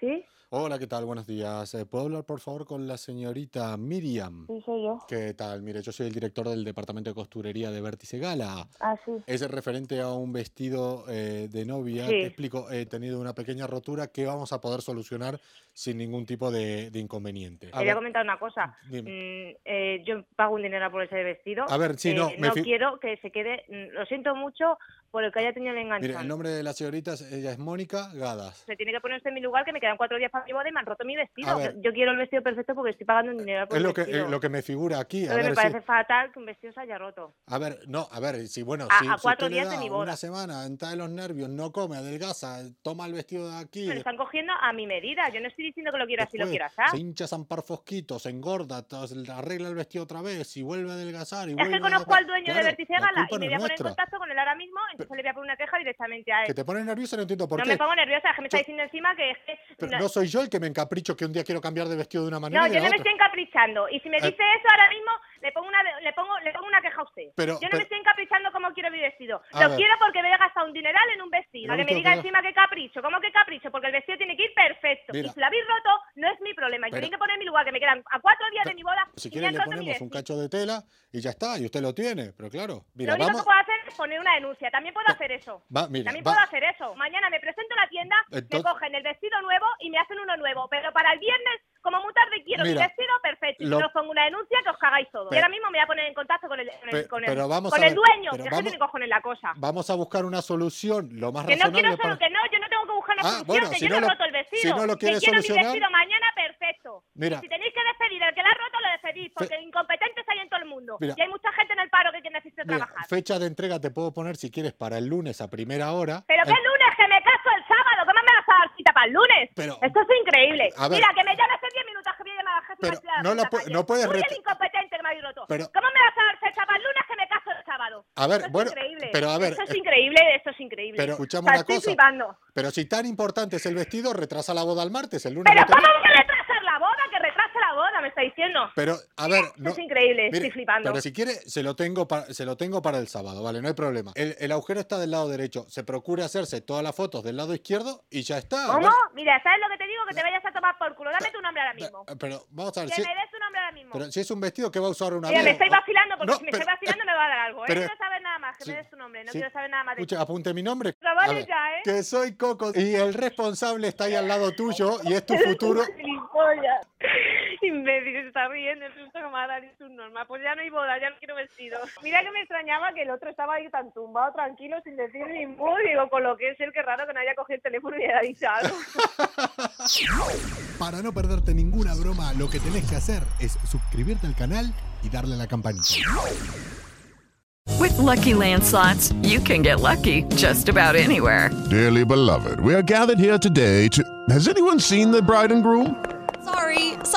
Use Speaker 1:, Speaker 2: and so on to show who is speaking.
Speaker 1: ¿Sí?
Speaker 2: Hola, ¿qué tal? Buenos días. Eh, ¿Puedo hablar, por favor, con la señorita Miriam?
Speaker 1: Sí, soy yo.
Speaker 2: ¿Qué tal? Mire, yo soy el director del Departamento de Costurería de Vértice Gala.
Speaker 1: Ah, sí.
Speaker 2: Es referente a un vestido eh, de novia.
Speaker 1: Sí.
Speaker 2: Te explico, he tenido una pequeña rotura que vamos a poder solucionar sin ningún tipo de, de inconveniente. A
Speaker 1: Te voy a
Speaker 2: ver,
Speaker 1: comentar una cosa.
Speaker 2: Dime.
Speaker 1: Mm, eh, yo pago un dinero por ese vestido.
Speaker 2: A ver, sí,
Speaker 1: Eh,
Speaker 2: no, me fi-
Speaker 1: quiero que se quede. mm, Lo siento mucho por el que haya tenido el
Speaker 2: mire,
Speaker 1: enganchón.
Speaker 2: el nombre de la señorita, es- ella es Mónica Gadas.
Speaker 1: Se tiene que ponerse en mi lugar, que me quedan cuatro días para mi boda y me han roto mi
Speaker 2: A
Speaker 1: vestido.
Speaker 2: ver.
Speaker 1: Yo quiero el vestido perfecto porque estoy pagando un dinero por
Speaker 2: Es
Speaker 1: el
Speaker 2: lo que,
Speaker 1: vestido.
Speaker 2: eh, lo que me figura aquí. A
Speaker 1: Entonces
Speaker 2: ver,
Speaker 1: me
Speaker 2: sí.
Speaker 1: parece fatal que un vestido se haya roto.
Speaker 2: A ver, no, a ver, si bueno,
Speaker 1: A-
Speaker 2: si,
Speaker 1: a
Speaker 2: si
Speaker 1: cuatro
Speaker 2: usted
Speaker 1: días
Speaker 2: le
Speaker 1: de
Speaker 2: da
Speaker 1: mi boda.
Speaker 2: una semana, está de los nervios, no come, adelgaza, toma el vestido de aquí,
Speaker 1: Me lo están cogiendo a mi medida. Yo no estoy diciendo que lo quiera si lo
Speaker 2: después
Speaker 1: quieras, ¿ah?
Speaker 2: se hincha a zampar fosquitos, se engorda, to- se- arregla el vestido otra vez y vuelve a adelgazar. Y
Speaker 1: Es que conozco al dueño de Vértice Gala y
Speaker 2: Gala
Speaker 1: me voy a poner en contacto con él ahora mismo, entonces le voy a poner una queja directamente a él.
Speaker 2: Que te pones nervioso, no entiendo por
Speaker 1: No
Speaker 2: qué.
Speaker 1: me pongo nerviosa, es que me está
Speaker 2: Yo-
Speaker 1: diciendo encima que es que...
Speaker 2: Pero no soy yo el que me encapricho que un día quiero cambiar de vestido de una manera
Speaker 1: No,
Speaker 2: y
Speaker 1: yo
Speaker 2: de
Speaker 1: no me
Speaker 2: otra.
Speaker 1: estoy encaprichando. Y si me
Speaker 2: Eh.
Speaker 1: dice eso ahora mismo, le pongo una, le pongo, le pongo una queja a usted.
Speaker 2: Pero-
Speaker 1: yo no
Speaker 2: pero-
Speaker 1: me estoy encaprichando como quiero mi vestido.
Speaker 2: A
Speaker 1: Lo
Speaker 2: ver.
Speaker 1: quiero porque me he gastado un dineral en un vestido.
Speaker 2: Lo
Speaker 1: Que me
Speaker 2: único
Speaker 1: diga
Speaker 2: que-
Speaker 1: encima que capricho. ¿Cómo que capricho? Porque el vestido tiene que ir perfecto.
Speaker 2: Mira.
Speaker 1: Y si lo habéis roto, no es mi problema. Yo
Speaker 2: Pero-
Speaker 1: tengo que poner en mi lugar, que me quedan a cuatro días de mi boda
Speaker 2: Si
Speaker 1: y me
Speaker 2: quiere
Speaker 1: han
Speaker 2: le
Speaker 1: roto mi
Speaker 2: ponemos un
Speaker 1: vestido.
Speaker 2: cacho de tela y ya está, y usted lo tiene, pero claro. Mira,
Speaker 1: lo único
Speaker 2: vamos...
Speaker 1: que puedo hacer es poner una denuncia. También puedo hacer eso.
Speaker 2: va, mira,
Speaker 1: También
Speaker 2: va-
Speaker 1: puedo hacer eso. Mañana me presento a la tienda,
Speaker 2: Entonces-
Speaker 1: me cogen el vestido nuevo y me hacen uno nuevo. Pero para el viernes, como muy tarde, quiero mi
Speaker 2: Mira,
Speaker 1: vestido perfecto. Y
Speaker 2: lo-
Speaker 1: yo os pongo una denuncia que os cagáis todos.
Speaker 2: Pe-
Speaker 1: y ahora mismo me voy a poner en contacto con el, con el-
Speaker 2: Pe-
Speaker 1: con el-
Speaker 2: pero vamos
Speaker 1: con
Speaker 2: a
Speaker 1: el
Speaker 2: ver,
Speaker 1: dueño.
Speaker 2: pero
Speaker 1: Que es que
Speaker 2: vamos-
Speaker 1: tiene cojones la cosa.
Speaker 2: Vamos a buscar una solución lo más
Speaker 1: Que no
Speaker 2: razonable
Speaker 1: quiero solo
Speaker 2: para-
Speaker 1: que no, yo no tengo que buscar una
Speaker 2: Ah,
Speaker 1: solución,
Speaker 2: bueno,
Speaker 1: que
Speaker 2: si
Speaker 1: yo
Speaker 2: no
Speaker 1: no he
Speaker 2: lo-
Speaker 1: roto el vestido.
Speaker 2: si no lo
Speaker 1: que
Speaker 2: quieres
Speaker 1: quiero
Speaker 2: solucionar-
Speaker 1: mi vestido mañana perfecto.
Speaker 2: Mira.
Speaker 1: Y si tenéis que despedir al que la ha roto, lo despedís, porque incompetentes hay en todo el mundo.
Speaker 2: Mira.
Speaker 1: Y hay mucha gente en el paro que necesita
Speaker 2: Mira,
Speaker 1: trabajar.
Speaker 2: fecha de entrega te puedo poner si quieres para el lunes a primera hora.
Speaker 1: Pero que
Speaker 2: Eh,
Speaker 1: el lunes, que me caso el sábado, ¿cómo me vas a dar cita para el lunes?
Speaker 2: Pero-
Speaker 1: Esto es increíble.
Speaker 2: A ver.
Speaker 1: Mira, que me llame hace 10 minutos que voy a llamar a la jefa
Speaker 2: Pero
Speaker 1: de la
Speaker 2: no la
Speaker 1: puta
Speaker 2: pu-
Speaker 1: calle.
Speaker 2: no puedes
Speaker 1: Tú y
Speaker 2: rete-
Speaker 1: el incompetente que me habéis roto.
Speaker 2: Pero-
Speaker 1: ¿Cómo me vas a dar fecha para el lunes que me caso el sábado?
Speaker 2: A ver,
Speaker 1: Esto es
Speaker 2: bueno,
Speaker 1: increíble.
Speaker 2: pero a ver,
Speaker 1: Esto es
Speaker 2: eh,
Speaker 1: increíble, esto es increíble.
Speaker 2: pero escuchame
Speaker 1: O sea,
Speaker 2: una
Speaker 1: estoy
Speaker 2: cosa.
Speaker 1: flipando.
Speaker 2: Pero si tan importante es el vestido, retrasa la boda al martes, el lunes.
Speaker 1: Pero
Speaker 2: no te-
Speaker 1: ¿cómo voy a retrasar la boda? Que retrase la boda, me está diciendo.
Speaker 2: Pero, a ver,
Speaker 1: Esto
Speaker 2: no-
Speaker 1: es increíble, estoy
Speaker 2: mire,
Speaker 1: flipando.
Speaker 2: Pero si quiere, se lo tengo para, se lo tengo para el sábado, vale, no hay problema. El, el agujero está del lado derecho. Se procura hacerse todas las fotos del lado izquierdo y ya está.
Speaker 1: ¿Cómo?
Speaker 2: ¿no?
Speaker 1: Mira, ¿sabes lo que te digo? Que te vayas a tomar por culo. Dame tu nombre ahora mismo.
Speaker 2: eh, Pero, vamos a ver,
Speaker 1: Que
Speaker 2: si,
Speaker 1: me des tu nombre ahora mismo.
Speaker 2: pero si es un vestido que va a usar una
Speaker 1: Mira,
Speaker 2: vez,
Speaker 1: me estoy
Speaker 2: o-
Speaker 1: vacilando porque
Speaker 2: No,
Speaker 1: si me
Speaker 2: pero-
Speaker 1: estoy vacilando me va a dar algo. ¿eh?
Speaker 2: pero-
Speaker 1: no quiero saber nada más, que
Speaker 2: sí,
Speaker 1: me des tu nombre. No
Speaker 2: sí.
Speaker 1: quiero saber nada más de
Speaker 2: Escuche, apunte mi nombre.
Speaker 1: Pero
Speaker 2: A
Speaker 1: vale
Speaker 2: ver,
Speaker 1: ya, ¿eh?
Speaker 2: Que soy Coco y el responsable está ahí al lado tuyo y es tu futuro.
Speaker 1: Gilipollas. Imbécil, se está riendo. El susto que me va a dar es un normal. Pues ya no hay boda, ya no quiero vestidos. Mira que me extrañaba que el otro estaba ahí tan tumbado, tranquilo, sin decir ni mu. Digo, con lo que es el que raro que no haya cogido el teléfono y haya dicho algo.
Speaker 3: Para no perderte ninguna broma, lo que tenés que hacer es suscribirte al canal y darle a la campanita.
Speaker 4: With Lucky Land slots, you can get lucky just about anywhere.
Speaker 5: Dearly beloved, we are gathered here today to. Has anyone seen the bride and groom?
Speaker 6: Sorry,